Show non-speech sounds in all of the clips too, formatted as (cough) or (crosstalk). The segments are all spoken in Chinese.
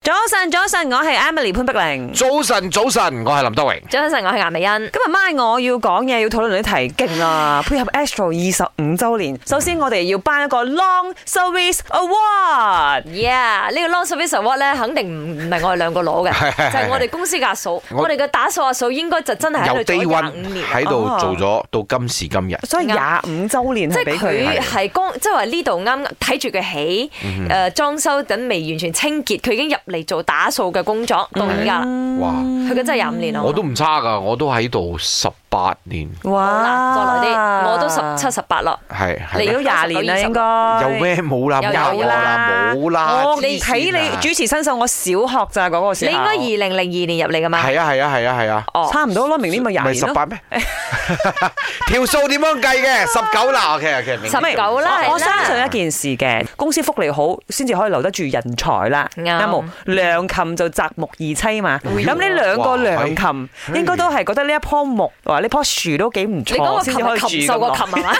早晨，早晨，我係 Emily 潘碧玲。早晨，早晨，我係林德榮。早晨，我係顏美欣。今日晚我要講嘢，要討論啲題勁啊！配合 Astro 二十五週年，首先我哋要頒一個 Long Service Award。 Yeah，呢個 long service award 咧，肯定唔唔係我哋兩個攞嘅，就係我哋公司嘅阿嫂。我我哋嘅打掃阿嫂應該就真係由喺度低做温咗廿五年。喺度哦做咗到今時今日，所以廿五週年即係係俾佢。佢係剛，即係話呢度啱啱睇住佢起，誒裝修等未完全清潔，佢已經入嚟做打掃嘅工作到而家啦。哇！佢嘅真係廿五年咯。我都唔差噶，我都喺度十八年，好啦，再耐啲，我都十七十八咯。係係咩你你都廿年啦，應該。有？咩冇啦？有冇有啦，啦冇啦！我黐線啊睇你主持新秀，我小學咋嗰個時你候。應該二零零二年入嚟噶嘛？係啊係啊係啊係啊，哦，差唔多咯，明年咪唔廿係年十咯。八 (laughs) 咩？ (laughs) 條數點樣計嘅？十九啦，其實其實明十九啦，哦我係啦相信一件事嘅，公司福利好，先至可以留得住人才啦。啱啱冇？良禽就擇木而棲嘛。哎咁呢兩個良禽哇應該都係覺得呢一棵木話呢棵樹都幾唔你錯，嗰個先琴至可以係住禽啊咁獸個耐，琴係嘛？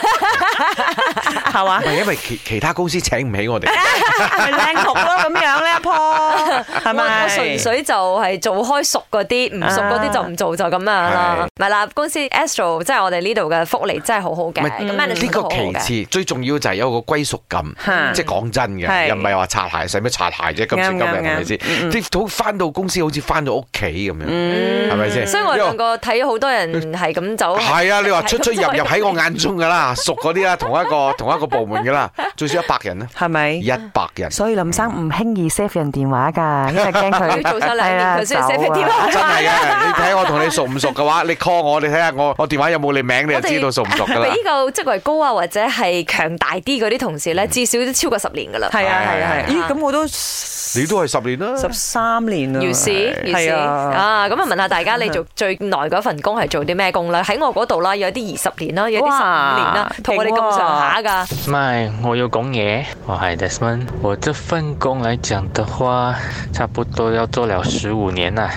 係嘛 (laughs) 唔？係因為其其他公司請唔起我哋，咪靚木咯咁樣呢一棵係我咪？啊我純粹就係做開熟嗰啲，唔熟嗰啲就唔做就咁樣啦。唔係啦，公司 Astro 即係我哋呢度嘅福利真係好好嘅，唔係嗯咁 m a n 呢 a g 都好個好嘅。其次，最重要就係有個歸屬感。嚇即係講真嘅，係又唔係話擦鞋，使乜擦鞋啫？今時今日啱係咪啱先？啲好翻到公司好似翻到屋企咁樣，係咪嗯先？所以我哋因為兩個睇好多人係咁 (laughs) 走，係啊，你話出出入入係咁喺我眼中噶啦，熟嗰啲啦，同一個同一個部門噶啦，最少一百人啦，係咪？一百人。所以林生唔輕易 save 人電話㗎，因為驚佢 (laughs) 要做晒 (laughs) 兩係年啊佢先 save 走啊電話真係嘅，你睇我同你熟唔熟嘅話，你 call 我，你睇下我我電話有冇你名，你就我哋知道熟唔熟噶啦比。較職位高啊，或者係強大啲嗰啲同事咧，至少都超過十年噶啦。嗯係啊係啊係啊！係咦啊，咁我都你十都係十年啦，三年啦。如是如是係啊。嗯啊，咁啊問下大家，你做最耐嗰份工係做啲咩工咧？喺我嗰度啦，有啲二十年啦，有啲十五年啦哇，同我哋咁上下噶。咪，我有講嘢，我係 Desmond。我這份工來講的話，差不多要做了十五年啦。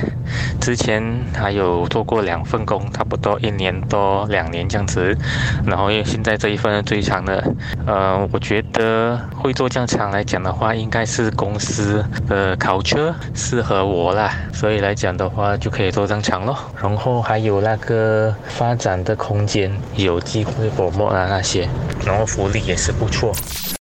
之前還有做過兩份工，差不多一年多两年这样子。然后因为现在这一份是最长的，呃，我觉得会做这样长来讲的话，应该是公司的 culture 适合我啦，所以来讲的话就可以做这样长咯。然后还有那个发展的空间，有机会 promote 啊那些，然后福利也是不错。